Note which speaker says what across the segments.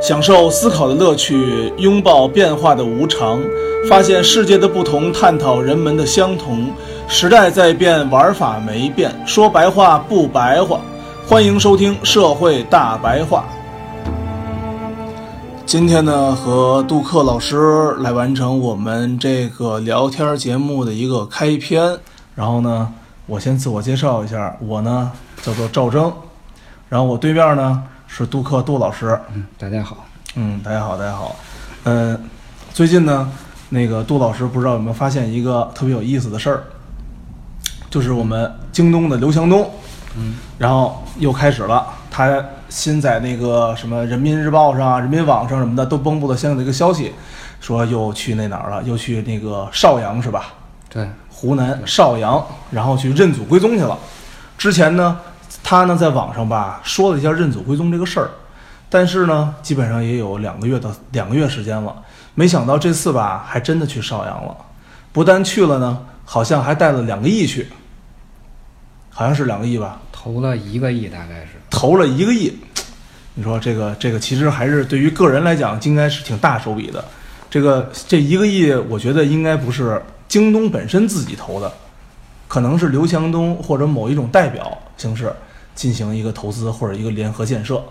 Speaker 1: 享受思考的乐趣，拥抱变化的无常，发现世界的不同，探讨人们的相同。时代在变，玩法没变，说白话不白话。欢迎收听《社会大白话》。今天呢，和杜克老师来完成我们这个聊天节目的一个开篇。然后呢，我先自我介绍一下，我呢叫做赵征，然后我对面呢是杜克杜老师。
Speaker 2: 嗯，大家好。
Speaker 1: 嗯，大家好，大家好。嗯、最近呢，那个杜老师不知道有没有发现一个特别有意思的事儿，就是我们京东的刘强东，嗯，然后又开始了，他新在那个什么人民日报上啊、人民网上什么的都公布了相应的一个消息，说又去那哪儿了，又去那个邵阳是吧？
Speaker 2: 对，
Speaker 1: 湖南邵阳，然后去认祖归宗去了。之前呢，他呢在网上吧说了一下认祖归宗这个事儿，但是呢，基本上也有两个月的两个月时间了。没想到这次吧，还真的去邵阳了，不但去了呢，好像还带了两个亿去，好像是两个亿吧，
Speaker 2: 投了一个亿，大概是。
Speaker 1: 投了一个亿。你说这个这个其实还是对于个人来讲，应该是挺大手笔的。这个这一个亿，我觉得应该不是京东本身自己投的，可能是刘强东或者某一种代表形式进行一个投资或者一个联合建设，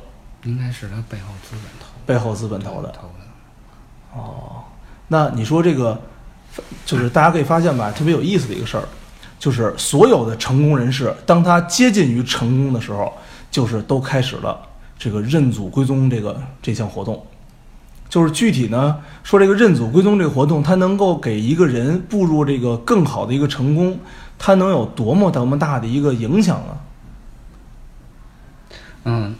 Speaker 2: 应该是他背后资本投
Speaker 1: 背后资本投的。
Speaker 2: 投的。
Speaker 1: 哦，那你说这个，就是大家可以发现吧，特别有意思的一个事儿，就是所有的成功人士，当他接近于成功的时候，就是都开始了这个认祖归宗这个这项活动。就是具体呢，说这个认祖归宗这个活动，它能够给一个人步入这个更好的一个成功，它能有多么多么大的一个影响啊？
Speaker 2: 嗯，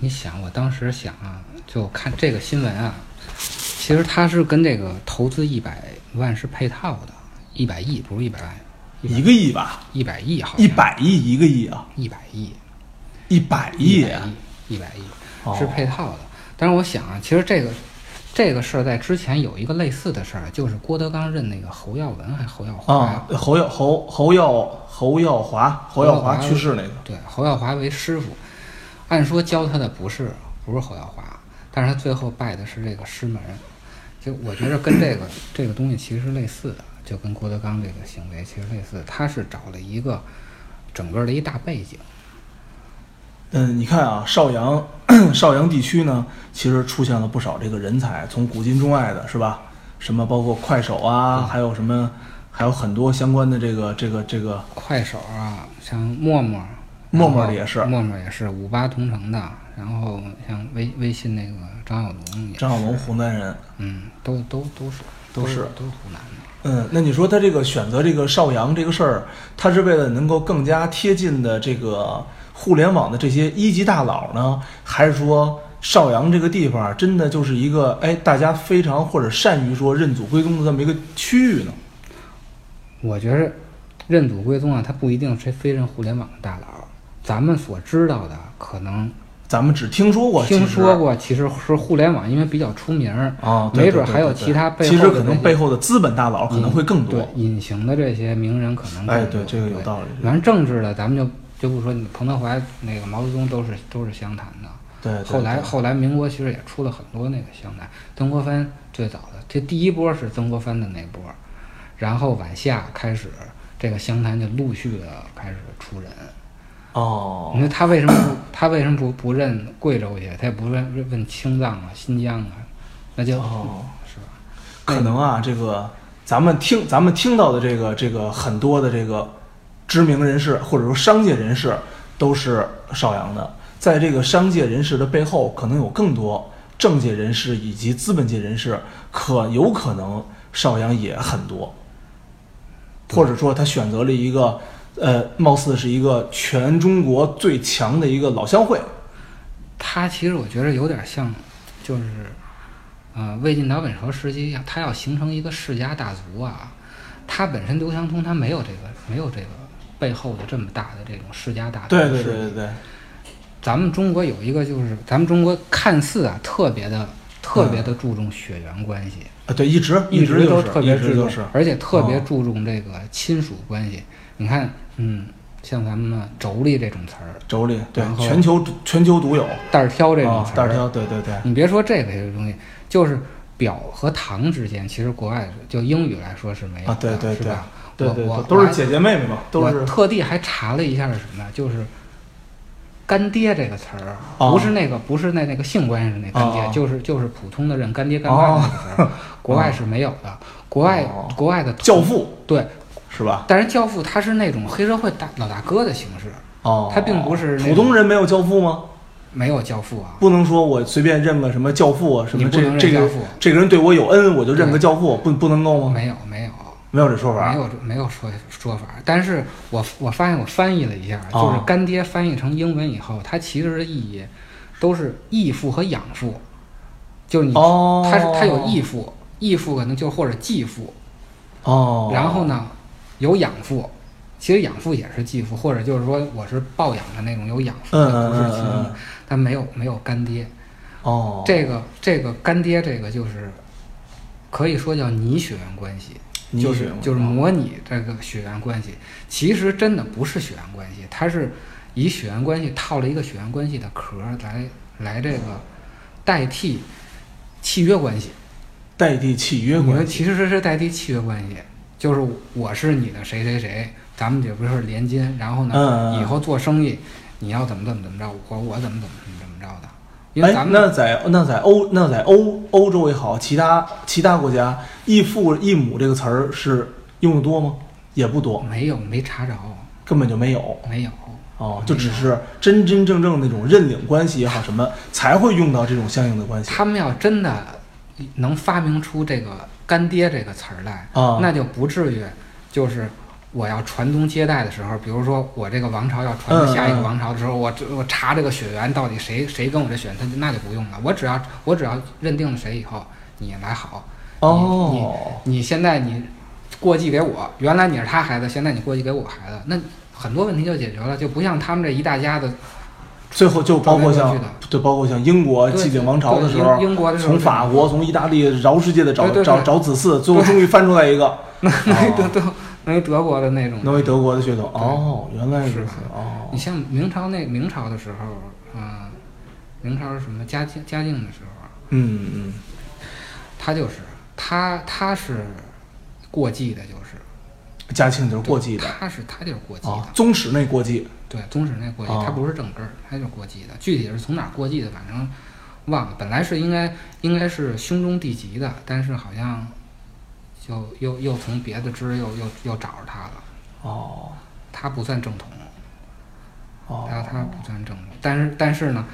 Speaker 2: 你想，我当时想啊，就看这个新闻啊，其实它是跟这个投资一百万是配套的，一百亿不是一百万，
Speaker 1: 一个亿吧，
Speaker 2: 一百亿好像。
Speaker 1: 一百亿，一个亿啊，
Speaker 2: 一百亿。
Speaker 1: 一百
Speaker 2: 一
Speaker 1: 亿
Speaker 2: 百
Speaker 1: 啊，
Speaker 2: 亿，一百
Speaker 1: 哦
Speaker 2: 亿是配套的。但是我想啊，其实这个这个事儿在之前有一个类似的事儿，就是郭德纲认那个侯耀文还是侯耀华呀、
Speaker 1: 啊！侯耀侯侯耀侯耀华侯耀华去世那个，
Speaker 2: 对，侯耀华为师傅，按说教他的不是不是侯耀华，但是他最后拜的是这个师门，就我觉得跟这个这个东西其实类似的，就跟郭德纲这个行为其实类似，他是找了一个整个的一大背景，
Speaker 1: 嗯，你看啊，邵阳 邵阳地区呢，其实出现了不少这个人才，从古今中外的是吧？什么包括快手啊，还有什么，还有很多相关的这个这个这个
Speaker 2: 快手啊，像陌陌，
Speaker 1: 陌陌
Speaker 2: 然后
Speaker 1: 也是
Speaker 2: 陌陌也是五八同城的，然后像微微信那个张小龙也是
Speaker 1: 张小龙湖南人。
Speaker 2: 嗯，都都都是
Speaker 1: 都是
Speaker 2: 都是湖南的，
Speaker 1: 嗯，那你说他这个选择这个邵阳这个事儿，他是为了能够更加贴近的这个互联网的这些一级大佬呢，还是说邵阳这个地方真的就是一个哎大家非常或者善于说认祖归宗的这么一个区域呢？
Speaker 2: 我觉着认祖归宗啊，他不一定是非认互联网的大佬，咱们所知道的可能
Speaker 1: 咱们只听说过，
Speaker 2: 听
Speaker 1: 其实
Speaker 2: 说过，其实是互联网，因为比较出名儿
Speaker 1: 啊，对
Speaker 2: 没准
Speaker 1: 对对
Speaker 2: 还有
Speaker 1: 对
Speaker 2: 其他背后
Speaker 1: 其实
Speaker 2: 的
Speaker 1: 可
Speaker 2: 这
Speaker 1: 能
Speaker 2: 些
Speaker 1: 背后的资本大佬哦可能会更多
Speaker 2: 嗯对。隐形的这些名人可能更多
Speaker 1: 哎对这个有道理
Speaker 2: 反正政治的，咱们就就不说，你彭德怀那个毛泽东都是都是湘潭的。
Speaker 1: 哎对，对
Speaker 2: 后来
Speaker 1: 对
Speaker 2: 后来民国其实也出了很多那个湘潭，曾国藩最早的，这第一波是曾国藩的那波，然后往下开始这个湘潭就陆续的开始出人。
Speaker 1: 哦
Speaker 2: 你，说他为什么不他为什么不不认贵州去？他也不问问青藏啊、新疆啊，那就、
Speaker 1: 哦
Speaker 2: 是吧？
Speaker 1: 可能啊，这个咱们听咱们听到的这个这个很多的这个知名人士或者说商界人士都是邵阳的，在这个商界人士的背后，可能有更多政界人士以及资本界人士，可有可能邵阳也很多，或者说他选择了一个呃，貌似是一个全中国最强的一个老乡会。
Speaker 2: 他其实我觉得有点像，就是，呃，魏晋南北朝时期，他要形成一个世家大族啊，他本身刘强通他没有这个没有这个背后的这么大的这种世家大族。
Speaker 1: 对对对对对，
Speaker 2: 咱们中国有一个就是，咱们中国看似啊特别的特别的
Speaker 1: 嗯
Speaker 2: 注重血缘关系，
Speaker 1: 啊对，一直
Speaker 2: 一
Speaker 1: 直就
Speaker 2: 都
Speaker 1: 是啊
Speaker 2: 特
Speaker 1: 一
Speaker 2: 别
Speaker 1: 直
Speaker 2: 注
Speaker 1: 就
Speaker 2: 重
Speaker 1: 是，
Speaker 2: 而且特别
Speaker 1: 哦
Speaker 2: 注重这个亲属关系。你看，嗯，像咱们妯娌这种词儿，
Speaker 1: 妯娌对
Speaker 2: 然后
Speaker 1: 全球全球独有
Speaker 2: 袋儿挑这种
Speaker 1: 啊
Speaker 2: 词，
Speaker 1: 袋
Speaker 2: 儿，
Speaker 1: 儿挑，对对对，
Speaker 2: 你别说这个这个东西，就是表和堂之间，其实国外就英语来说是没有的，
Speaker 1: 啊对对
Speaker 2: 是吧？
Speaker 1: 对
Speaker 2: 我
Speaker 1: 对
Speaker 2: 我
Speaker 1: 对，都
Speaker 2: 我
Speaker 1: 是
Speaker 2: 还
Speaker 1: 姐姐妹妹嘛，都是
Speaker 2: 我特地还查了一下是什么呢？就是“干爹”这个词儿，
Speaker 1: 哦
Speaker 2: 不是那个，不是那那个性关系的那干爹，
Speaker 1: 哦哦
Speaker 2: 就是就是普通的认干爹干爸的那个词儿，国外是没有的。国外、
Speaker 1: 啊哦
Speaker 2: 国外的同
Speaker 1: 教父
Speaker 2: 对，
Speaker 1: 是吧？
Speaker 2: 但是教父他是那种黑社会大老大哥的形式，
Speaker 1: 哦，
Speaker 2: 他并不是那
Speaker 1: 普通
Speaker 2: 种
Speaker 1: 人没有教父吗？
Speaker 2: 没有教父啊。
Speaker 1: 不能说我随便认个什么教父啊，什么
Speaker 2: 你不能
Speaker 1: 这这
Speaker 2: 认
Speaker 1: 个
Speaker 2: 教父
Speaker 1: 这个人对我有恩，我就认个
Speaker 2: 对
Speaker 1: 教父，不不能够吗？
Speaker 2: 没有没有
Speaker 1: 没有这说法
Speaker 2: 没，有没有说说法，但是我我发现我翻译了一下，就
Speaker 1: 哦
Speaker 2: 是干爹翻译成英文以后，它其实的意义都是义父和养父，就是你
Speaker 1: 哦，
Speaker 2: 他是他有义父，义父可能就或者继父，
Speaker 1: 哦，
Speaker 2: 然后呢有养父，其实养父也是继父，或者就是说我是抱养的那种有养父，
Speaker 1: 嗯
Speaker 2: 但不是
Speaker 1: 嗯
Speaker 2: 亲
Speaker 1: 嗯
Speaker 2: 的
Speaker 1: 嗯，
Speaker 2: 但没有没有干爹，
Speaker 1: 哦，
Speaker 2: 这个这个干爹这个就是可以说叫拟血缘关系。
Speaker 1: 你
Speaker 2: 就
Speaker 1: 选
Speaker 2: 是
Speaker 1: 过
Speaker 2: 就是模拟这个血缘关系，其实真的不是血缘关系，它是以血缘关系套了一个血缘关系的壳儿来来这个代替契约关系。
Speaker 1: 代替契约
Speaker 2: 我
Speaker 1: 关
Speaker 2: 们
Speaker 1: 系，
Speaker 2: 其实是代替契约关系，就是我是你的谁谁谁，咱们也不是连襟，然后
Speaker 1: 嗯嗯
Speaker 2: 呢，
Speaker 1: 嗯
Speaker 2: 以后做生意你要怎么怎么怎么着，我我怎么怎么怎么怎么着的，因为
Speaker 1: 哎
Speaker 2: 咱，们
Speaker 1: 那在那在欧那在欧欧洲也好，其他其他国家义父义母这个词儿是用的多吗？也不多，
Speaker 2: 没有没查着，
Speaker 1: 根本就没有
Speaker 2: 没有。
Speaker 1: 哦，就只是真真正正那种认领关系也好，什么才会用到这种相应的关系
Speaker 2: 他们要真的能发明出这个“干爹”这个词儿来，
Speaker 1: 啊。
Speaker 2: 那就不至于就是我要传宗接代的时候，比如说我这个王朝要传
Speaker 1: 嗯
Speaker 2: 到下一
Speaker 1: 嗯
Speaker 2: 个王朝的时候，我这我查这个血缘到底谁谁跟我这血缘，他就那就不用了。我只要我只要认定了谁以后，你来好，
Speaker 1: 哦，
Speaker 2: 你现在你过继给我，原来你是他孩子，现在你过继给我孩子，那很多问题就解决了，就不像他们这一大家子
Speaker 1: 最后就包括
Speaker 2: 传来
Speaker 1: 像
Speaker 2: 传去的
Speaker 1: 对，包括像英国
Speaker 2: 对
Speaker 1: 继顶王朝的时
Speaker 2: 对
Speaker 1: 候，
Speaker 2: 英英国的时候
Speaker 1: 从法国从意大利饶世界的找
Speaker 2: 对对对
Speaker 1: 找找子嗣，最后终于翻出来一 个，
Speaker 2: 能
Speaker 1: 哦
Speaker 2: 德德能德国的那种
Speaker 1: 挪威德国的血统。
Speaker 2: 对
Speaker 1: 哦，原来
Speaker 2: 是
Speaker 1: 如
Speaker 2: 吧
Speaker 1: 此。哦
Speaker 2: 你，像明朝那明朝的时候，嗯、明朝是什么嘉靖嘉靖的时候，
Speaker 1: 嗯嗯。
Speaker 2: 他就是他他是过继的，就是
Speaker 1: 嘉庆就是过继的
Speaker 2: 他是他就是过继的，
Speaker 1: 啊，宗室内过继
Speaker 2: 对，宗室那过继，
Speaker 1: 哦
Speaker 2: 他不是正根儿，他就是过继的，具体是从哪儿过继的，反正忘了，本来是应该应该是兄终弟及的，但是好像就又又从别的支又又又找着他了，
Speaker 1: 哦
Speaker 2: 他不算正统。
Speaker 1: 哦
Speaker 2: 他他不算正统，但是但是呢，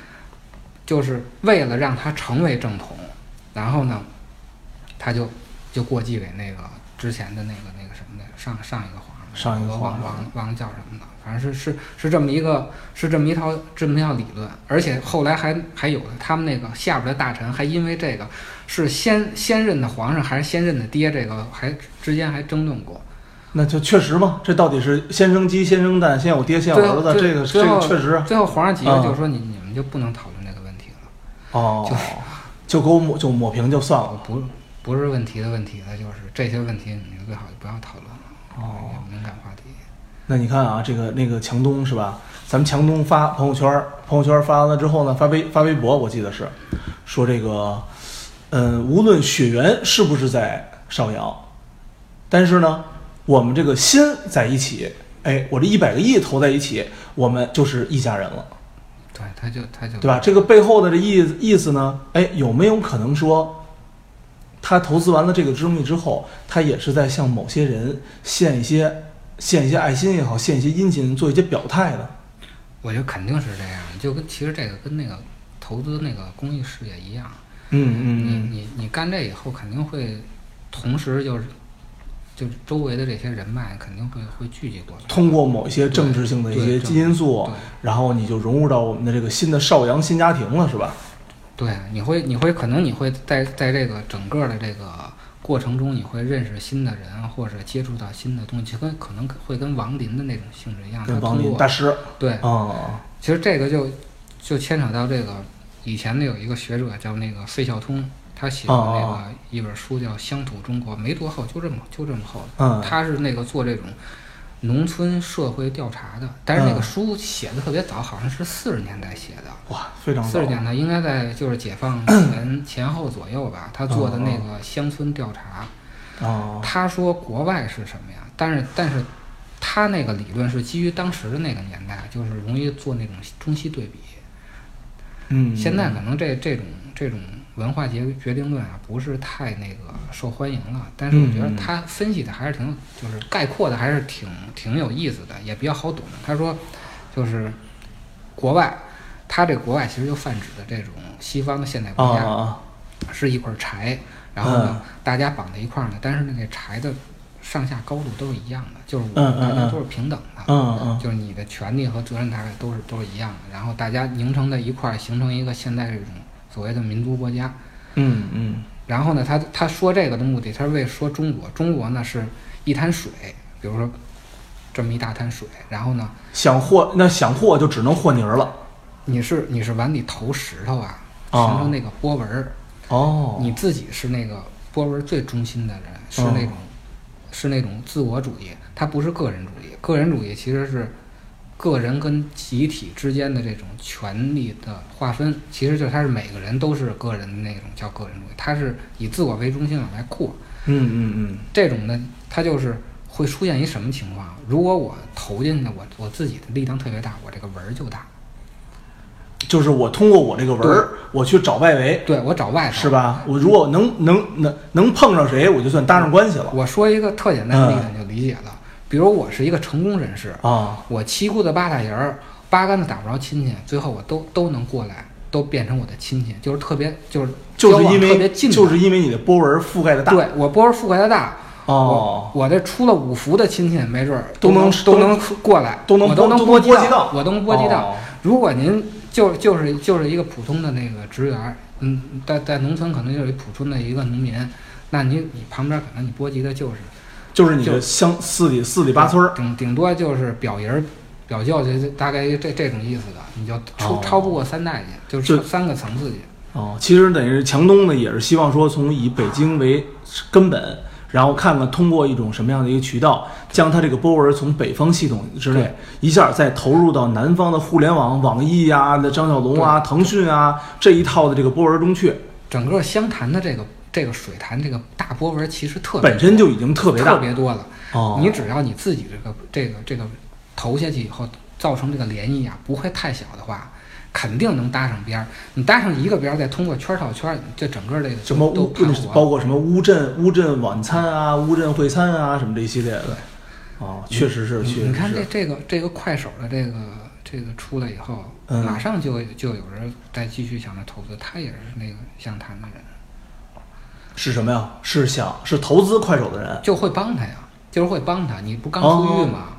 Speaker 2: 就是为了让他成为正统，然后呢，他就就过继给那个之前的那个那个什么的上上一个皇上，
Speaker 1: 上一个
Speaker 2: 我
Speaker 1: 皇
Speaker 2: 忘
Speaker 1: 上
Speaker 2: 忘忘了叫什么了，反正是是是这么一个是这么一套这么一套理论，而且后来还还有的他们那个下边的大臣还因为这个是先先任的皇上还是先任的爹，这个还之间还争论过，
Speaker 1: 那就确实嘛，这到底是先生鸡先生蛋，先有爹先有
Speaker 2: 最后
Speaker 1: 儿子，
Speaker 2: 最
Speaker 1: 这个这
Speaker 2: 最后
Speaker 1: 个确实
Speaker 2: 最后皇上急了，
Speaker 1: 嗯
Speaker 2: 就说你你们就不能讨论这个问题了。
Speaker 1: 哦， 就给我抹就抹平就算
Speaker 2: 我
Speaker 1: 了
Speaker 2: 哦不不是问题的问题了，就是这些问题你最好就不要讨论了，
Speaker 1: 哦。
Speaker 2: 有敏感话题。
Speaker 1: 那你看啊，这个那个强东是吧？咱们强东发朋友圈儿，朋友圈儿发完了之后呢，发微发微博，我记得是说这个，嗯，无论血缘是不是在邵阳，但是呢，我们这个心在一起，哎，我这一百个亿投在一起，我们就是一家人了。
Speaker 2: 对，他就他就
Speaker 1: 对吧？？这个背后的这意意思呢？哎，有没有可能说，他投资完了这个生意之后，他也是在向某些人献一些献一些爱心也好，献一些殷勤，做一些表态呢？
Speaker 2: 我觉得肯定是这样，就跟其实这个跟那个投资那个公益事业一样，你
Speaker 1: 嗯嗯
Speaker 2: 你你干这以后肯定会同时就是就是周围的这些人脉肯定会会聚集过来
Speaker 1: 嗯，。通过某一些政治性的一些
Speaker 2: 对对
Speaker 1: 因素
Speaker 2: 对，
Speaker 1: 然后你就融入到我们的这个新的邵阳新家庭了，是吧？
Speaker 2: 对，啊你会你会可能你会在在这个整个的这个过程中，你会认识新的人，或者接触到新的东西，跟可能会跟王林的那种性质一嗯样，他
Speaker 1: 跟王
Speaker 2: 通
Speaker 1: 林
Speaker 2: 过
Speaker 1: 大师
Speaker 2: 对，
Speaker 1: 啊，
Speaker 2: 其实这个就就牵扯到这个以前的有一个学者叫那个费孝通，他写的那
Speaker 1: 哦
Speaker 2: 个一本书叫《乡土中国》，没多厚，就这么就这么厚的。
Speaker 1: 嗯
Speaker 2: 他是那个做这种农村社会调查的，但是那个
Speaker 1: 嗯
Speaker 2: 书写的特别早，好像是四十年代写的，
Speaker 1: 哇，非常
Speaker 2: 四
Speaker 1: 早
Speaker 2: 十年代应该在就是解放前前后左右吧，他做的那个乡村调查，
Speaker 1: 啊！
Speaker 2: 他说国外是什么呀？但是但是他那个理论是基于当时的那个年代，就是容易做那种中西对比。
Speaker 1: 嗯，
Speaker 2: 现在可能这这种这种文化决决定论啊，不是太那个受欢迎了。但是我觉得
Speaker 1: 嗯嗯
Speaker 2: 他分析的还是挺，就是概括的还是挺挺有意思的，也比较好懂。他说，就是国外，他这国外其实就泛指的这种西方的现代
Speaker 1: 啊
Speaker 2: 国
Speaker 1: 啊
Speaker 2: 家，
Speaker 1: 啊
Speaker 2: 是一块柴，然后呢，大家绑在一块儿呢，但是那个柴的上下高度都是一样的，就是我
Speaker 1: 嗯嗯
Speaker 2: 大家
Speaker 1: 嗯
Speaker 2: 都是平等的，
Speaker 1: 嗯嗯
Speaker 2: 就是你的权利和责任大概都是都是一样的，然后大家凝成在一块儿，形成一个现在这种所谓的民族国家。
Speaker 1: 嗯嗯
Speaker 2: 然后呢，他他说这个的目的，他是为说中国，中国呢是一滩水，比如说这么一大滩水，然后呢，
Speaker 1: 想和那想和就只能和泥儿了。
Speaker 2: 你是你是往里投石头啊，
Speaker 1: 哦
Speaker 2: 形成那个波纹儿。
Speaker 1: 哦，
Speaker 2: 你自己是那个波纹最中心的人，是那种、是那种自我主义，它不是个人主义。个人主义其实是个人跟集体之间的这种权利的划分，其实就是它是每个人都是个人的那种叫个人主义，它是以自我为中心往外扩。
Speaker 1: 嗯嗯嗯
Speaker 2: 这种呢，它就是会出现一什么情况？啊如果我投进去，我我自己的力量特别大，我这个纹儿就大。
Speaker 1: 就是我通过我这个文儿，我去找外围，
Speaker 2: 对我找外头
Speaker 1: 是吧？我如果能能能能碰上谁，我就算搭上关系了
Speaker 2: 我说一个特简单的例
Speaker 1: 嗯
Speaker 2: 子你就理解了，比如我是一个成功人士，
Speaker 1: 啊。
Speaker 2: 我七姑的八大姨儿，八竿子打不着亲戚，最后我都都能过来，都变成我的亲戚，就是特别就是
Speaker 1: 就是
Speaker 2: 交往
Speaker 1: 因
Speaker 2: 特别
Speaker 1: 为
Speaker 2: 近的，
Speaker 1: 就是因为你的波纹覆盖的大
Speaker 2: 对我波儿覆盖的大。
Speaker 1: 哦
Speaker 2: 我我这出了五福的亲戚，没准儿
Speaker 1: 都
Speaker 2: 能
Speaker 1: 能
Speaker 2: 都
Speaker 1: 都能
Speaker 2: 过来，
Speaker 1: 都能
Speaker 2: 我都
Speaker 1: 波
Speaker 2: 能
Speaker 1: 都
Speaker 2: 波
Speaker 1: 能波及
Speaker 2: 到
Speaker 1: 到，
Speaker 2: 我都能波及到
Speaker 1: 哦。
Speaker 2: 如果您就就是就是一个普通的那个职员，嗯，在在农村可能就是一普通的一个农民，那你你旁边可能你波及的就是
Speaker 1: 就是你
Speaker 2: 就
Speaker 1: 的乡四里四里八村儿
Speaker 2: 顶顶多就是表爷儿、表舅，就就大概这这种意思的，你就超、
Speaker 1: 哦
Speaker 2: 超不过三代去，就
Speaker 1: 就是
Speaker 2: 三个层次去。
Speaker 1: 哦。其实等于是强东呢，也是希望说从以北京为根本，然后看看通过一种什么样的一个渠道，将它这个波纹从北方系统之内
Speaker 2: 对
Speaker 1: 一下再投入到南方的互联网、网易啊、那张小龙啊、腾讯啊这一套的这个波纹中去，
Speaker 2: 整个湘潭的这个这个水潭这个大波纹其实特别
Speaker 1: 本身就已经特
Speaker 2: 特
Speaker 1: 别大。
Speaker 2: 多了。
Speaker 1: 哦，
Speaker 2: 你只要你自己这个这个这个投下去以后，造成这个涟漪啊，不会太小的话。肯定能搭上边儿，你搭上一个边儿，再通过圈儿套圈儿，这整个这个
Speaker 1: 什么
Speaker 2: 都
Speaker 1: 乌
Speaker 2: 盘活了
Speaker 1: 包括什么乌镇乌镇晚餐啊、乌镇会餐啊什么这一系列的，哦，确实是，确
Speaker 2: 你
Speaker 1: 实
Speaker 2: 你看这
Speaker 1: 是，
Speaker 2: 这个这个快手的这个这个出来以后，
Speaker 1: 嗯
Speaker 2: 马上就就有人再继续想着投资，他也是那个湘潭的人，
Speaker 1: 是什么呀？是想是投资快手的人，
Speaker 2: 就会帮他呀，就是会帮他。你不刚出狱吗？
Speaker 1: 哦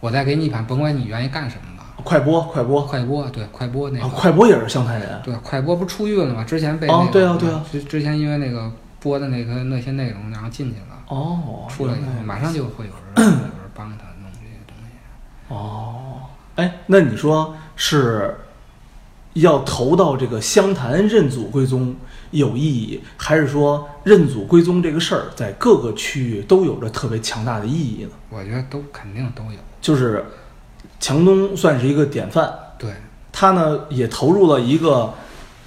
Speaker 2: 我再给你一盘，甭管你愿意干什么吧。
Speaker 1: 快播快播
Speaker 2: 快播对快播那个、
Speaker 1: 啊，快播也是湘潭人，
Speaker 2: 对快播不出狱了吗？之前被那
Speaker 1: 哦
Speaker 2: 个、
Speaker 1: 对啊对啊，
Speaker 2: 之之前因为那个播的那个那些内容，然后进去了，
Speaker 1: 哦，
Speaker 2: 出来以后
Speaker 1: 原来
Speaker 2: 马上就会有 人有人帮他弄这些东西。
Speaker 1: 哦，哎，那你说是要投到这个湘潭认祖归宗有意义，还是说认祖归宗这个事儿在各个区域都有着特别强大的意义呢？
Speaker 2: 我觉得都肯定都有，
Speaker 1: 就是强东算是一个典范，
Speaker 2: 对
Speaker 1: 他呢也投入了一个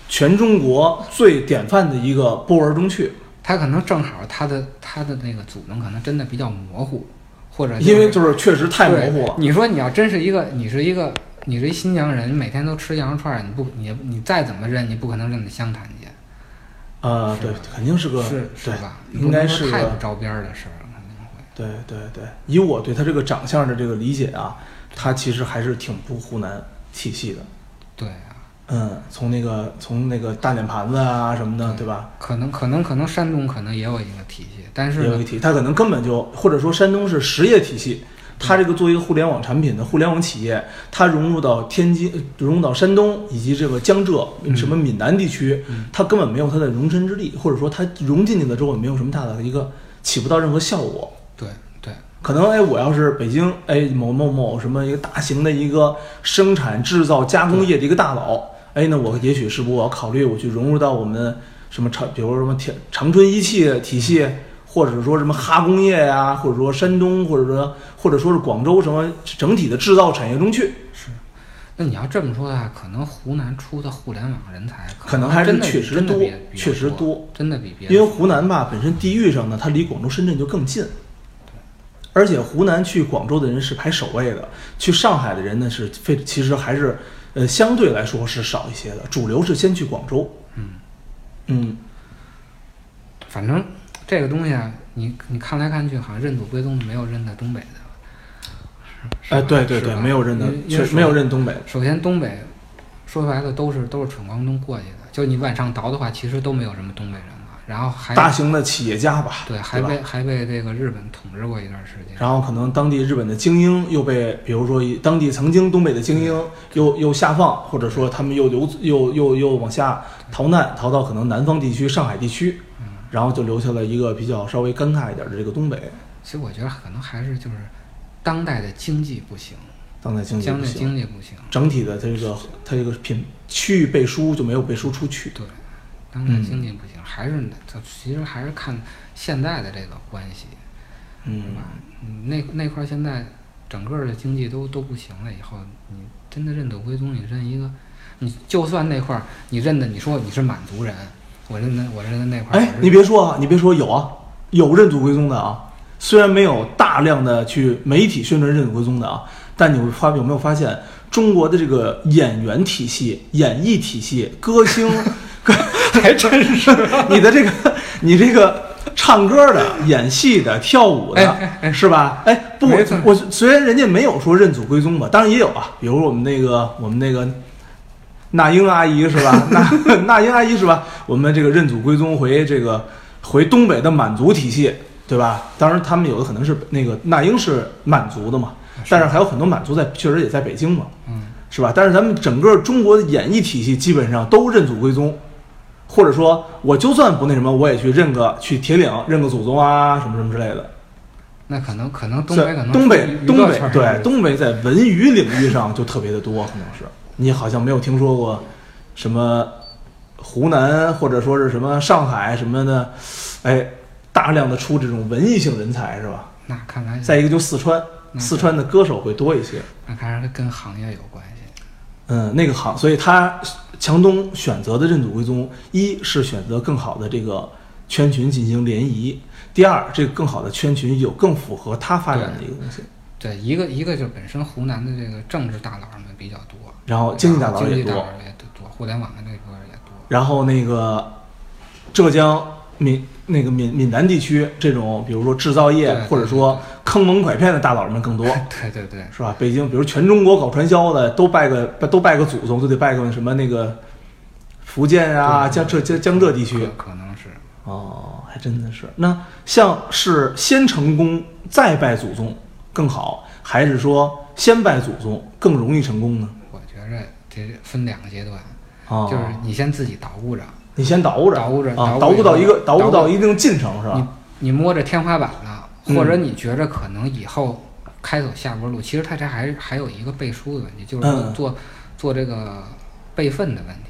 Speaker 1: 全中国最典范的一个波纹中去，
Speaker 2: 他可能正好他的他的那个组能可能真的比较模糊，或者
Speaker 1: 因为就是确实太模糊
Speaker 2: 对
Speaker 1: 了。
Speaker 2: 你说你要真是一个你是一个你是一新疆人，你每天都吃羊肉串儿，你不你你再怎么认，你不可能认得湘潭去，
Speaker 1: 呃，
Speaker 2: 是
Speaker 1: 对
Speaker 2: 吧，
Speaker 1: 肯定是个
Speaker 2: 是是
Speaker 1: 对
Speaker 2: 吧？你
Speaker 1: 应
Speaker 2: 不
Speaker 1: 该
Speaker 2: 能
Speaker 1: 是
Speaker 2: 说太
Speaker 1: 个
Speaker 2: 不着边儿的事儿，肯定会。
Speaker 1: 对对对。以我对他这个长相的这个理解啊，他其实还是挺不湖南体系的。
Speaker 2: 对啊，
Speaker 1: 嗯，从那个从那个大脸盘子啊什么的，对吧？
Speaker 2: 可能可能可能山东可能也有一个体系，但是
Speaker 1: 也有
Speaker 2: 呢
Speaker 1: 一体，他可能根本就或者说山东是实业体系，他这个作为一个互联网产品的互联网企业，它融入到天津、呃融入到山东以及这个江浙、什么闽南地区，它根本没有它的容身之地，或者说它融进去了之后也没有什么大的一个起不到任何效果。
Speaker 2: 对对
Speaker 1: 可能哎，我要是北京哎某某某什么一个大型的一个生产制造加工业的一个大佬，哎，那我也许是不是我要考虑我去融入到我们什么长，比如说什么铁长春一汽体系，或者说什么哈工业呀、或者说山东，或者说或者说是广州什么整体的制造产业中去，
Speaker 2: 是。那你要这么说的话，可能湖南出的互联网人才
Speaker 1: 可能还是
Speaker 2: 真的
Speaker 1: 确实
Speaker 2: 真的
Speaker 1: 多
Speaker 2: 比比较
Speaker 1: 确实
Speaker 2: 多
Speaker 1: 多，
Speaker 2: 真的比别
Speaker 1: 因为
Speaker 2: 人
Speaker 1: 湖南吧本身地域上呢，它离广州、深圳就更近，而且湖南去广州的人是排首位的，去上海的人呢是非其实还是呃相对来说是少一些的，主流是先去广州。嗯嗯，
Speaker 2: 反正这个东西啊，你你看来看去，好像认祖归宗的没有认在东北的，是
Speaker 1: 哎、
Speaker 2: 吧
Speaker 1: 对对
Speaker 2: 是
Speaker 1: 对，
Speaker 2: 吧
Speaker 1: 没有认的
Speaker 2: 因，为因
Speaker 1: 确
Speaker 2: 为
Speaker 1: 实没有认东北。
Speaker 2: 首先，东北说白了都是都是闯关东过去的，就你往上倒的话，其实都没有什么东北人了。然后还
Speaker 1: 大型的企业家吧，
Speaker 2: 对，
Speaker 1: 对
Speaker 2: 还
Speaker 1: 吧
Speaker 2: 被还被这个日本统治过一段时间。
Speaker 1: 然后可能当地日本的精英又被，比如说以当地曾经东北的精英
Speaker 2: 嗯
Speaker 1: 又又下放，或者说他们又流又又又往下逃难，逃到可能南方地区、上海地区，
Speaker 2: 嗯
Speaker 1: 然后就留下了一个比较稍微尴尬一点的这个东北
Speaker 2: 其实我觉得可能还是就是当代的经济不行，
Speaker 1: 当代经济
Speaker 2: 将
Speaker 1: 不
Speaker 2: 来
Speaker 1: 行，
Speaker 2: 经济不行。
Speaker 1: 整体的这个它这个品区域背书就没有背书出去。
Speaker 2: 对，当代经济不行，还是就其实还是看现在的这个关系，是
Speaker 1: 嗯
Speaker 2: 吧，？你那那块儿现在整个的经济都都不行了，以后你真的认祖归宗，你认一个，你就算那块儿你认的，你说你是满族人，我认的我认的那块儿，
Speaker 1: 哎
Speaker 2: 我，是
Speaker 1: 你别说啊，你别说有啊，有认祖归宗的啊。虽然没有大量的去媒体宣传认祖归宗的啊，但你会发有没有发现，中国的这个演员体系、演艺体系、歌星， 歌
Speaker 2: 还真是。
Speaker 1: 你的这个你这个唱歌的、演戏的、跳舞的，
Speaker 2: 哎哎 哎
Speaker 1: 是吧？哎，不
Speaker 2: 没错，
Speaker 1: 我虽然人家没有说认祖归宗吧，当然也有啊，比如我们那个我们那个那英阿姨是吧？ 那那英阿姨是吧？我们这个认祖归宗回这个回东北的满族体系，对吧？当然他们有的可能是那个那英是满族的嘛，
Speaker 2: 啊
Speaker 1: 但是还有很多满族在确实也在北京嘛，
Speaker 2: 嗯，
Speaker 1: 是吧？但是咱们整个中国的演艺体系基本上都认祖归宗，或者说我就算不那什么，我也去认个去铁岭认个祖宗啊，什么什么之类的。
Speaker 2: 那可能可能东
Speaker 1: 在
Speaker 2: 北可能
Speaker 1: 东北
Speaker 2: 娱娱
Speaker 1: 东
Speaker 2: 乐
Speaker 1: 北
Speaker 2: 圈儿
Speaker 1: 对
Speaker 2: 是
Speaker 1: 东北在文娱领域上就特别的多，可能是你好像没有听说过什么湖南或者说是什么上海什么的，哎，大量的出这种文艺性人才是吧？
Speaker 2: 那看来
Speaker 1: 再一个就四川，
Speaker 2: 嗯
Speaker 1: 四川的歌手会多一些。
Speaker 2: 那还是跟行业有关系，
Speaker 1: 嗯，那个好，所以他强东选择的认祖归宗，一是选择更好的这个圈群进行联谊，第二，这个更好的圈群有更符合他发展的一个东西，
Speaker 2: 对一个一个就是本身湖南的这个政治大佬们比较多，
Speaker 1: 然后哦经
Speaker 2: 经
Speaker 1: 济大佬也
Speaker 2: 济大
Speaker 1: 多
Speaker 2: 佬，也多，互联网的那波也多，
Speaker 1: 然后那个浙江闽那个闽闽南地区这种，比如说制造业
Speaker 2: 对
Speaker 1: 或者说坑蒙拐骗的大佬们更多，
Speaker 2: 对对对，
Speaker 1: 是吧？北京，比如全中国搞传销的都拜个都拜个祖宗，就得拜个什么那个福建啊、
Speaker 2: 对
Speaker 1: 江浙江江浙地区。
Speaker 2: 可可能是
Speaker 1: 哦，还真的是。那像是先成功再拜祖宗更好，还是说先拜祖宗更容易成功呢？
Speaker 2: 我觉着这分两个阶段，
Speaker 1: 啊、
Speaker 2: 就是你先自己捣鼓着，
Speaker 1: 你先捣鼓着，
Speaker 2: 捣鼓着
Speaker 1: 啊，
Speaker 2: 捣
Speaker 1: 捣
Speaker 2: 鼓
Speaker 1: 鼓到一个
Speaker 2: 捣
Speaker 1: 捣鼓
Speaker 2: 鼓
Speaker 1: 到一定进程是
Speaker 2: 你
Speaker 1: 吧？
Speaker 2: 你摸着天花板了，
Speaker 1: 嗯
Speaker 2: 或者你觉着可能以后开走下坡路，其实它这还还有一个背书的问题，就是说
Speaker 1: 嗯
Speaker 2: 做、做这个备份的问题。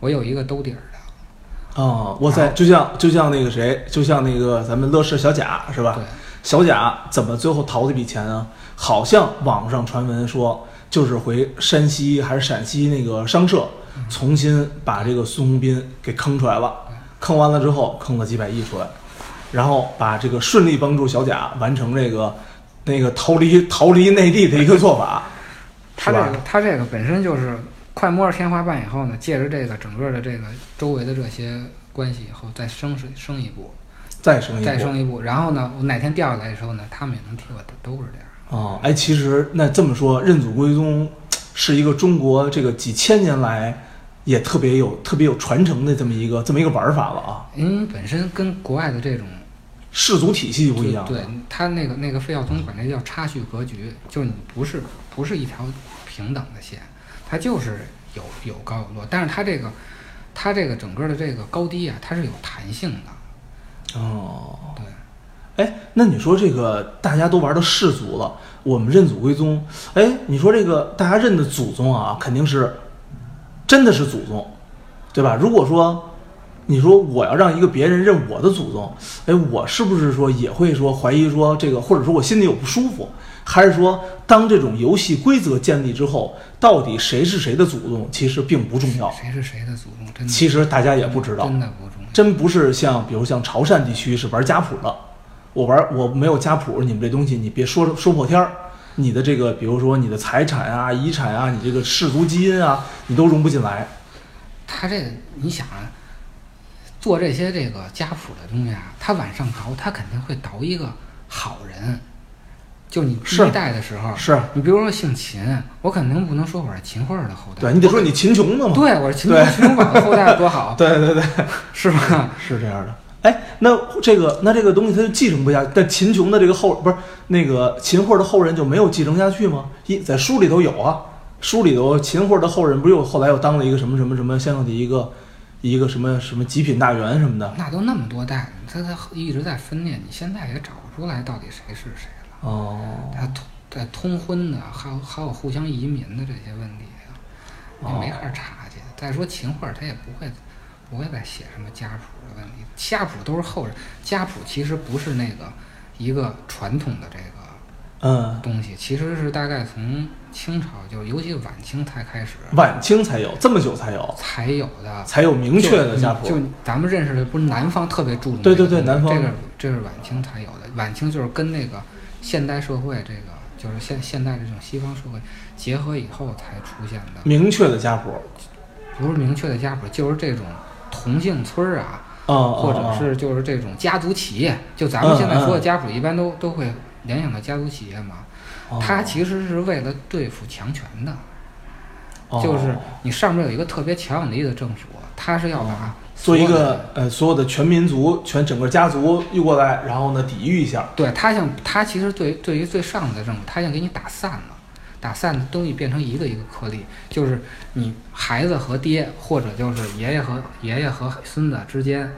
Speaker 2: 我有一个兜底儿的，
Speaker 1: 啊，我在就像就像那个谁，就像那个咱们乐视小贾是吧
Speaker 2: 对？
Speaker 1: 小贾怎么最后逃这笔钱啊？好像网上传闻说，就是回山西还是陕西那个商社，重新把这个孙宏斌给坑出来了，坑完了之后坑了几百亿出来，然后把这个顺利帮助小贾完成这个那个逃离逃离内地的一个做法，
Speaker 2: 它这
Speaker 1: 是吧
Speaker 2: 个它这个本身就是快摸着天花板以后呢，借着这个整个的这个周围的这些关系以后，再升水升一步，
Speaker 1: 再生一
Speaker 2: 再
Speaker 1: 波。
Speaker 2: 升一步，然后呢，我哪天掉下来的时候呢，他们也能替我兜着点儿。
Speaker 1: 哦，哎，其实那这么说，认祖归宗是一个中国这个几千年来也特别有特别有传承的这么一个这么一个玩法了啊。
Speaker 2: 因为本身跟国外的这种
Speaker 1: 氏族体系不一样，啊
Speaker 2: 对，他那个那个费孝通管那叫差序格局，就是你不是不是一条平等的线，它就是有有高有落，但是它这个它这个整个的这个高低啊，它是有弹性的，
Speaker 1: 哦，
Speaker 2: 对，
Speaker 1: 哎，那你说这个大家都玩到氏族了，我们认祖归宗，哎，你说这个大家认的祖宗啊，肯定是真的是祖宗，对吧？如果说你说我要让一个别人认我的祖宗，哎，我是不是说也会说怀疑说这个，或者说我心里有不舒服，还是说当这种游戏规则建立之后，到底谁是谁的祖宗，其实并不重要，
Speaker 2: 谁是谁的祖宗，真
Speaker 1: 哦
Speaker 2: 的
Speaker 1: 其实大家也不知道，
Speaker 2: 真的不重要。
Speaker 1: 真不是像比如像潮汕地区是玩家谱的，我玩我没有家谱，你们这东西你别说说破天儿，你的这个比如说你的财产啊、遗产啊、你这个氏族基因啊，你都融不进来。
Speaker 2: 他这个你想啊，做这些这个家谱的东西啊，他往上倒，他肯定会倒一个好人。就你第
Speaker 1: 是
Speaker 2: 一代的时候，
Speaker 1: 是
Speaker 2: 你比如说姓秦，我肯定不能说我是秦桧儿的后代，
Speaker 1: 对你得说
Speaker 2: 我
Speaker 1: 你秦琼的嘛，
Speaker 2: 对我是秦
Speaker 1: 对
Speaker 2: 秦琼宝的后代多好，
Speaker 1: 对 对对，
Speaker 2: 是吧？
Speaker 1: 是这样的。哎，那这个那这个东西它就继承不下，但秦琼的这个后不是那个秦桧的后人就没有继承下去吗？一在书里头有啊，书里头秦桧的后人不是又后来又当了一个什么什么什么相应的一个一个什么什么极品大员什么的
Speaker 2: 那都那么多代了，他他一直在分裂，你现在也找不出来到底谁是谁了。
Speaker 1: 哦。
Speaker 2: 他通在通婚的，还有还有互相移民的这些问题啊，你没法查去。再说秦桧儿他也不会不会再写什么家谱的问题，家谱都是后人，家谱其实不是那个一个传统的这个
Speaker 1: 嗯，
Speaker 2: 东西，其实是大概从清朝，就是尤其晚清才开始
Speaker 1: 晚清才有，这么久才有，
Speaker 2: 才有的。
Speaker 1: 才有明确的家
Speaker 2: 就
Speaker 1: 谱。
Speaker 2: 就咱们认识的，不是南方特别注重
Speaker 1: 对
Speaker 2: 这
Speaker 1: 对
Speaker 2: 个
Speaker 1: 对
Speaker 2: 东西
Speaker 1: 南方
Speaker 2: 这个这是晚清才有的，晚清就是跟那个现代社会这个就是现现代这种西方社会结合以后才出现的，
Speaker 1: 明确的家谱，
Speaker 2: 不是明确的家谱，就是这种同姓村儿啊，
Speaker 1: 嗯，
Speaker 2: 或者
Speaker 1: 嗯
Speaker 2: 是就是这种家族企业，就咱们现在
Speaker 1: 嗯
Speaker 2: 说
Speaker 1: 嗯
Speaker 2: 的家谱，一般都都会联想到家族企业嘛，
Speaker 1: 嗯
Speaker 2: 它其实是为了对付强权的。
Speaker 1: 哦
Speaker 2: 就是你上面有一个特别强有力的政府，它是要把
Speaker 1: 哦做一
Speaker 2: 所有的
Speaker 1: 个呃所有的全民族、全整个家族运过来，然后呢抵御一下。
Speaker 2: 对他想，他其实对对于最上面的政府，他想给你打散了，打散的东西变成一个一个颗粒，就是你孩子和爹，或者就是爷爷和爷爷和孙子之间，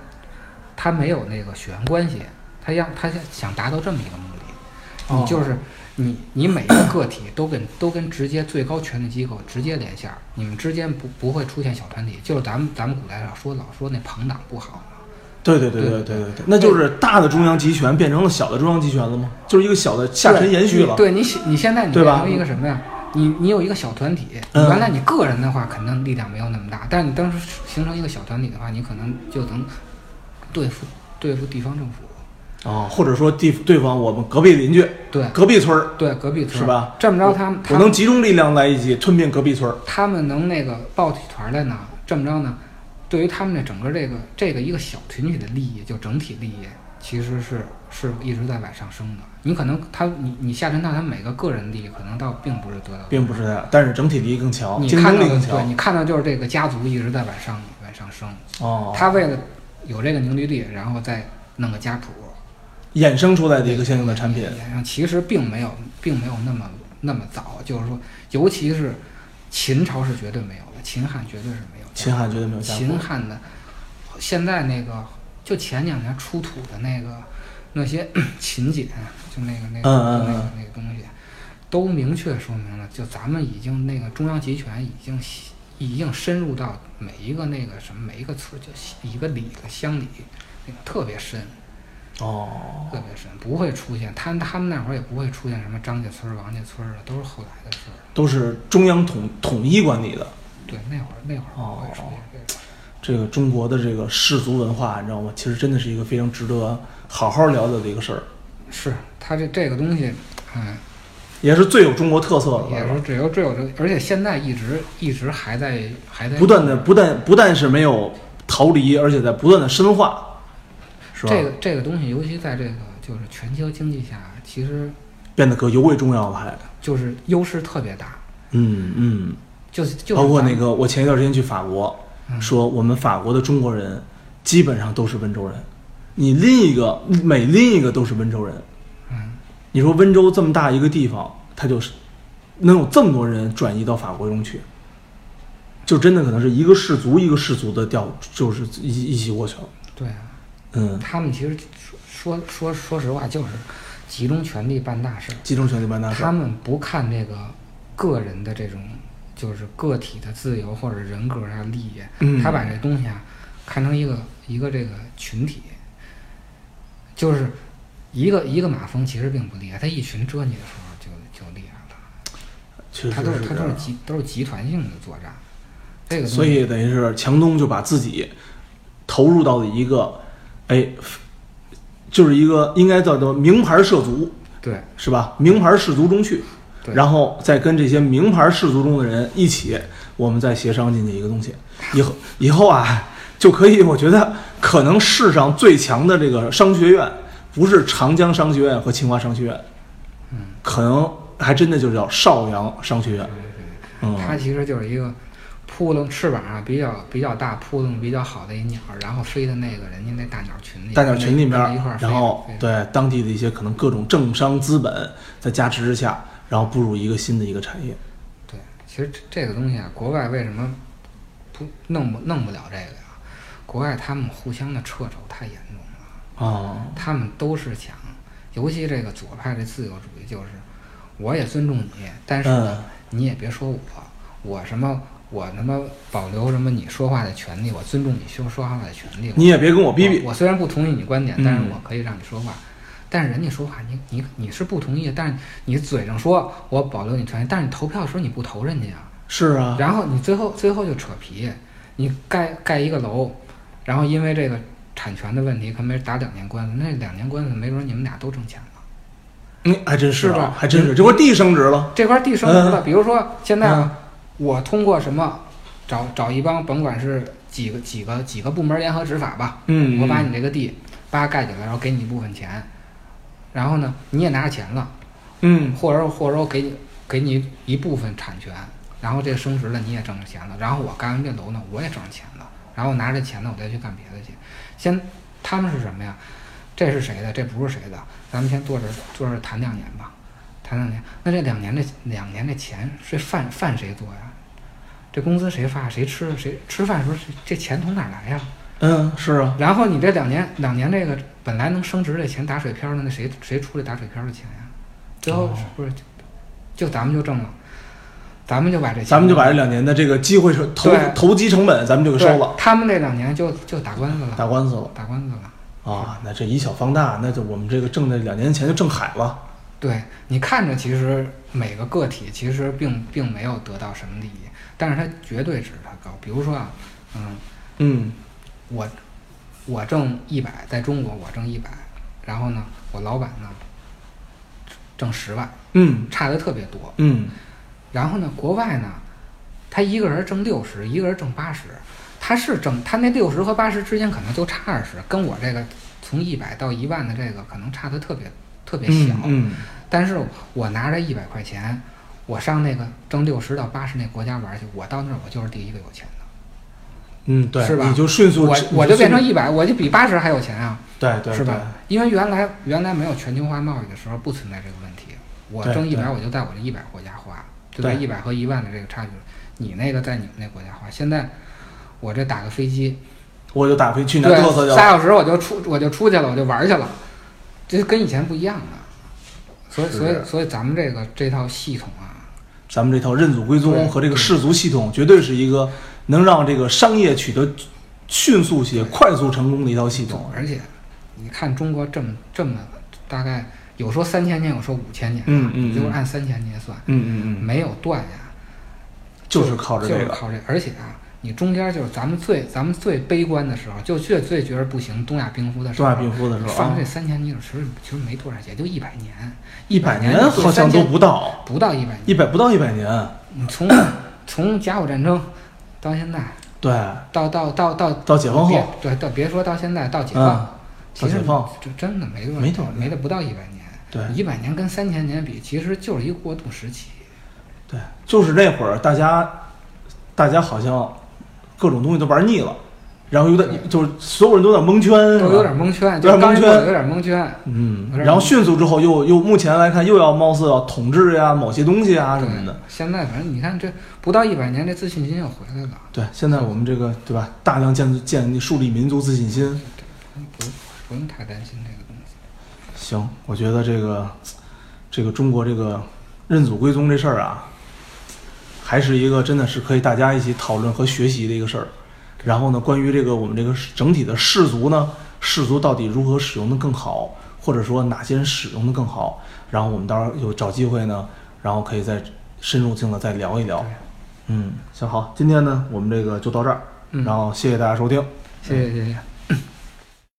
Speaker 2: 他没有那个血缘关系，他要他想想达到这么一个目的，
Speaker 1: 哦
Speaker 2: 你就是你你每一个个体都跟都跟直接最高权力机构直接连线儿，你们之间不不会出现小团体，就是咱们咱们古代上说老说那朋党不好嘛，
Speaker 1: 对对对对对对对，那就是大的中央集权变成了小的中央集权了吗？就是一个小的下沉延续了。
Speaker 2: 对你现你现在你
Speaker 1: 对
Speaker 2: 变
Speaker 1: 吧
Speaker 2: 成一个什么呀？你你有一个小团体，你
Speaker 1: 嗯
Speaker 2: 原来你个人的话可能力量没有那么大，但是你当时形成一个小团体的话，你可能就能对付对付地方政府，
Speaker 1: 哦，或者说地对方我们隔壁邻居、
Speaker 2: 对
Speaker 1: 隔壁村儿，
Speaker 2: 对隔壁村
Speaker 1: 是吧
Speaker 2: 这么着他们
Speaker 1: 我
Speaker 2: 他
Speaker 1: 能
Speaker 2: 们
Speaker 1: 集中力量在一起吞并隔壁村儿。
Speaker 2: 他们能那个抱起团来呢，这么着呢，对于他们这整个这个这个一个小群体的利益，就整体利益。其实是是一直在往上升的，你可能他你你下沉到他每个个人利益，可能倒并不是得到
Speaker 1: 并不是这样，但是整体力更强，
Speaker 2: 你
Speaker 1: 哦竞
Speaker 2: 看
Speaker 1: 争
Speaker 2: 到
Speaker 1: 力
Speaker 2: 的
Speaker 1: 更
Speaker 2: 对，
Speaker 1: 强。
Speaker 2: 你看到就是这个家族一直在往上往上升，
Speaker 1: 哦，
Speaker 2: 他为了有这个凝聚力，然后再弄个家谱，
Speaker 1: 衍生出来的一个相应的产品。
Speaker 2: 然后其实并没有并没有那么那么早，就是说，尤其是秦朝是绝对没有的，秦汉绝对是没有的。
Speaker 1: 秦汉绝对没有家谱。
Speaker 2: 秦汉的现在那个就前两年出土的那个那些 秦简，就那个那个、
Speaker 1: 嗯嗯
Speaker 2: 那个
Speaker 1: 嗯
Speaker 2: 那个东西，都明确说明了，就咱们已经那个中央集权已经吸已经深入到每一个那个什么每一个村，就西一个里个乡里，那个特别深，
Speaker 1: 哦，
Speaker 2: 特别深，不会出现他他们那会儿也不会出现什么张家村儿、王家村儿了，都是后来的事儿。
Speaker 1: 都是中央统统一管理的。
Speaker 2: 对，那会儿那会儿不
Speaker 1: 哦
Speaker 2: 会出现这个。
Speaker 1: 这个中国的这个氏族文化，你知道吗？其实真的是一个非常值得好好聊聊的一个事儿，
Speaker 2: 是他这这个东西，嗯。
Speaker 1: 也是最有中国特色的
Speaker 2: 也
Speaker 1: 了
Speaker 2: 是只有只有这，而且现在一直一直还在还在
Speaker 1: 不断的不但不但是没有逃离，而且在不断的深化，是吧？
Speaker 2: 这个这个东西，尤其在这个就是全球经济下，其实
Speaker 1: 变得可尤为重要了，还
Speaker 2: 就是优势特别大，
Speaker 1: 嗯嗯，
Speaker 2: 就是就是
Speaker 1: 包括
Speaker 2: 咱
Speaker 1: 那个我前一段时间去法国，
Speaker 2: 嗯
Speaker 1: 说我们法国的中国人基本上都是温州人，你拎一个每拎一个都是温州人，
Speaker 2: 嗯，
Speaker 1: 你说温州这么大一个地方，它就是能有这么多人转移到法国中去，就真的可能是一个氏族一个氏族的调，就是一一起过去了。
Speaker 2: 对啊，
Speaker 1: 嗯，
Speaker 2: 他们其实说说说说实话，就是集中全力办大事儿，
Speaker 1: 集中权力办大事
Speaker 2: 他。们不看这个个人的这种就是个体的自由或者人格啊利益，
Speaker 1: 嗯
Speaker 2: 他把这东西啊看成一个一个这个群体，就是一个一个马蜂其实并不厉害，它一群蛰你的时候就就厉害了。
Speaker 1: 确实
Speaker 2: 它都是
Speaker 1: 是
Speaker 2: 它
Speaker 1: 这
Speaker 2: 都是
Speaker 1: 样。
Speaker 2: 集都是集团性的作战，这个东西
Speaker 1: 所以等于是强东就把自己投入到了一个，哎，就是一个应该叫做名牌涉足，
Speaker 2: 对
Speaker 1: 是吧？名牌氏族中去，
Speaker 2: 对
Speaker 1: 然后再跟这些名牌氏族中的人一起，我们再协商进去一个东西。以后以后啊，就可以，我觉得可能世上最强的这个商学院，不是长江商学院和清华商学院，嗯，可能还真的就叫邵阳商学院。嗯，
Speaker 2: 它其实就是一个扑棱翅膀啊比较比较大、扑棱比较好的一鸟，然后飞的那个人家那大鸟群里，
Speaker 1: 大鸟群里面
Speaker 2: 跟着一块儿，飞
Speaker 1: 然后
Speaker 2: 飞
Speaker 1: 对当地的一些可能各种政商资本在加持之下，然后步入一个新的一个产业。
Speaker 2: 对，其实这这个东西啊，国外为什么不弄不弄不了这个呀、国外他们互相的掣肘太严重了，
Speaker 1: 啊、
Speaker 2: 他们都是想，尤其这个左派这自由主义，就是我也尊重你，但是呢，
Speaker 1: 嗯
Speaker 2: 你也别说我，我什么我他妈保留什么你说话的权利，我尊重你说说话的权利。我
Speaker 1: 你也别跟我逼逼，
Speaker 2: 我我虽然不同意你观点，但是
Speaker 1: 嗯
Speaker 2: 我可以让你说话。但是人家说话，你你你是不同意的，但是你嘴上说我保留你权利，但是你投票的时候你不投人家呀、
Speaker 1: 是啊，
Speaker 2: 然后你最后最后就扯皮，你盖盖一个楼，然后因为这个产权的问题，可没打两年官司，那两年官司没准你们俩都挣钱了。
Speaker 1: 嗯，还真是
Speaker 2: 是
Speaker 1: 啊
Speaker 2: 吧，嗯
Speaker 1: 还真是，这不地升值了，
Speaker 2: 这块地升值了，比如说现在
Speaker 1: 嗯
Speaker 2: 啊我通过什么找找一帮甭管是几个几个几个部门联合执法吧，
Speaker 1: 嗯
Speaker 2: 我把你这个地叭盖起来，然后给你一部分钱，然后呢你也拿着钱了，
Speaker 1: 嗯，
Speaker 2: 或者或者我给你给你一部分产权，然后这个升值了，你也挣着钱了，然后我干完这楼呢，我也挣着钱了，然后拿着钱呢，我再去干别的去。先，他们是什么呀？这是谁的？这不是谁的？咱们先坐这儿坐这儿谈两年吧，谈两年。那这两年这两年这钱是饭饭谁做呀？这工资谁发？谁吃？谁吃饭的时候这这钱从哪儿来呀？
Speaker 1: 嗯，是啊，
Speaker 2: 然后你这两年两年这个本来能升值这钱打水漂儿的，那谁谁出这打水漂儿的钱呀？最后
Speaker 1: 哦
Speaker 2: 是不是就就咱们就挣了，咱们就把这钱
Speaker 1: 咱们就把这两年的这个机会成投
Speaker 2: 对
Speaker 1: 投机成本，咱们就给收
Speaker 2: 对
Speaker 1: 了，
Speaker 2: 他们这两年就就打官司了，
Speaker 1: 打官司了
Speaker 2: 打官司了。
Speaker 1: 啊，那这以小放大，那就我们这个挣的两年前就挣海了，
Speaker 2: 对你看着，其实每个个体其实并并没有得到什么利益，但是它绝对值它高。比如说啊，嗯，
Speaker 1: 嗯
Speaker 2: 我我挣一百，在中国我挣一百，然后呢，我老板呢挣十万，
Speaker 1: 嗯
Speaker 2: 差的特别多。
Speaker 1: 嗯，
Speaker 2: 然后呢，国外呢，他一个人挣六十，一个人挣八十，他是挣他那六十和八十之间可能就差二十，跟我这个从一百到一万的这个可能差的特别特别小。
Speaker 1: 嗯
Speaker 2: 但是我拿着一百块钱，我上那个挣六十到八十那国家玩去，我到那儿我就是第一个有钱的，
Speaker 1: 嗯，对，
Speaker 2: 是吧
Speaker 1: 你就迅速，
Speaker 2: 我
Speaker 1: 你
Speaker 2: 我就变成
Speaker 1: 迅
Speaker 2: 一百，我就比八十还有钱啊，
Speaker 1: 对对
Speaker 2: 是吧？？因为原来原来没有全球化贸易的时候不存在这个问题，我
Speaker 1: 对
Speaker 2: 挣一
Speaker 1: 对
Speaker 2: 百我就在我这一百国家花，就在
Speaker 1: 对
Speaker 2: 一百和一万的这个差距，你那个在你们那国家花。现在我这打个飞机，
Speaker 1: 我就打回去南特色去
Speaker 2: 对，仨
Speaker 1: 了，
Speaker 2: 小时我就出我就出去了，我就玩去了，这跟以前不一样了。所以
Speaker 1: 是
Speaker 2: 所以所以咱们这个这套系统啊，
Speaker 1: 咱们这套认祖归宗
Speaker 2: 对嗯
Speaker 1: 和这个氏族系统，绝对是一个能让这个商业取得迅速且快速成功的一套系统，
Speaker 2: 而且你看中国这么这么大概有说三千年，有说五千年，
Speaker 1: 嗯嗯
Speaker 2: 你就是
Speaker 1: 嗯
Speaker 2: 按三千年算，
Speaker 1: 嗯嗯嗯，
Speaker 2: 没有断呀、
Speaker 1: 就是靠着
Speaker 2: 就
Speaker 1: 这
Speaker 2: 是
Speaker 1: 个，
Speaker 2: 靠这个，而且啊，你中间就是咱们最咱们最悲观的时候，就最最觉得不行，东亚病夫的时
Speaker 1: 东
Speaker 2: 候，
Speaker 1: 亚病夫的时候啊
Speaker 2: 放这三千年，其实其实没多少，也就一百年，
Speaker 1: 一百
Speaker 2: 百
Speaker 1: 年
Speaker 2: 你做
Speaker 1: 好像
Speaker 2: 3000
Speaker 1: 都不到，
Speaker 2: 不到一百年。
Speaker 1: 一百不到一百年，
Speaker 2: 你从从甲午战争到现在，
Speaker 1: 对，
Speaker 2: 到到到到
Speaker 1: 到解放后
Speaker 2: 别对，到别说到现在到解
Speaker 1: 嗯
Speaker 2: 放，
Speaker 1: 到
Speaker 2: 其
Speaker 1: 解
Speaker 2: 实
Speaker 1: 放，
Speaker 2: 这真的没多少，
Speaker 1: 没多少年
Speaker 2: 没的不到一百年。
Speaker 1: 对
Speaker 2: 一百年跟三千年比，其实就是一个过渡时期。
Speaker 1: 对，就是那会儿大家，大家好像各种东西都玩腻了，然后有点
Speaker 2: 对
Speaker 1: 就是所有人都在蒙圈，是吧
Speaker 2: 都有点蒙圈，
Speaker 1: 啊有点
Speaker 2: 就刚
Speaker 1: 蒙
Speaker 2: 一
Speaker 1: 圈
Speaker 2: 说有点蒙圈。
Speaker 1: 嗯，
Speaker 2: 有点
Speaker 1: 然后迅速之后又又目前来看又要貌似要统治呀某些东西啊什么的
Speaker 2: 对，现在反正你看这不到一百年，这自信心又回来了。
Speaker 1: 对，现在我们这个对吧，大量建建立树立民族自信心，
Speaker 2: 不不用太担心这个东西。
Speaker 1: 行，我觉得这个这个中国这个认祖归宗这事儿啊，还是一个真的是可以大家一起讨论和学习的一个事儿。然后呢，关于这个我们这个整体的氏族呢，氏族到底如何使用的更好，或者说哪些人使用的更好，然后我们到时候有找机会呢，然后可以再深入性的再聊一聊。嗯，行好，今天呢我们这个就到这儿，
Speaker 2: 嗯
Speaker 1: 然后谢谢大家收听。
Speaker 2: 谢谢谢谢。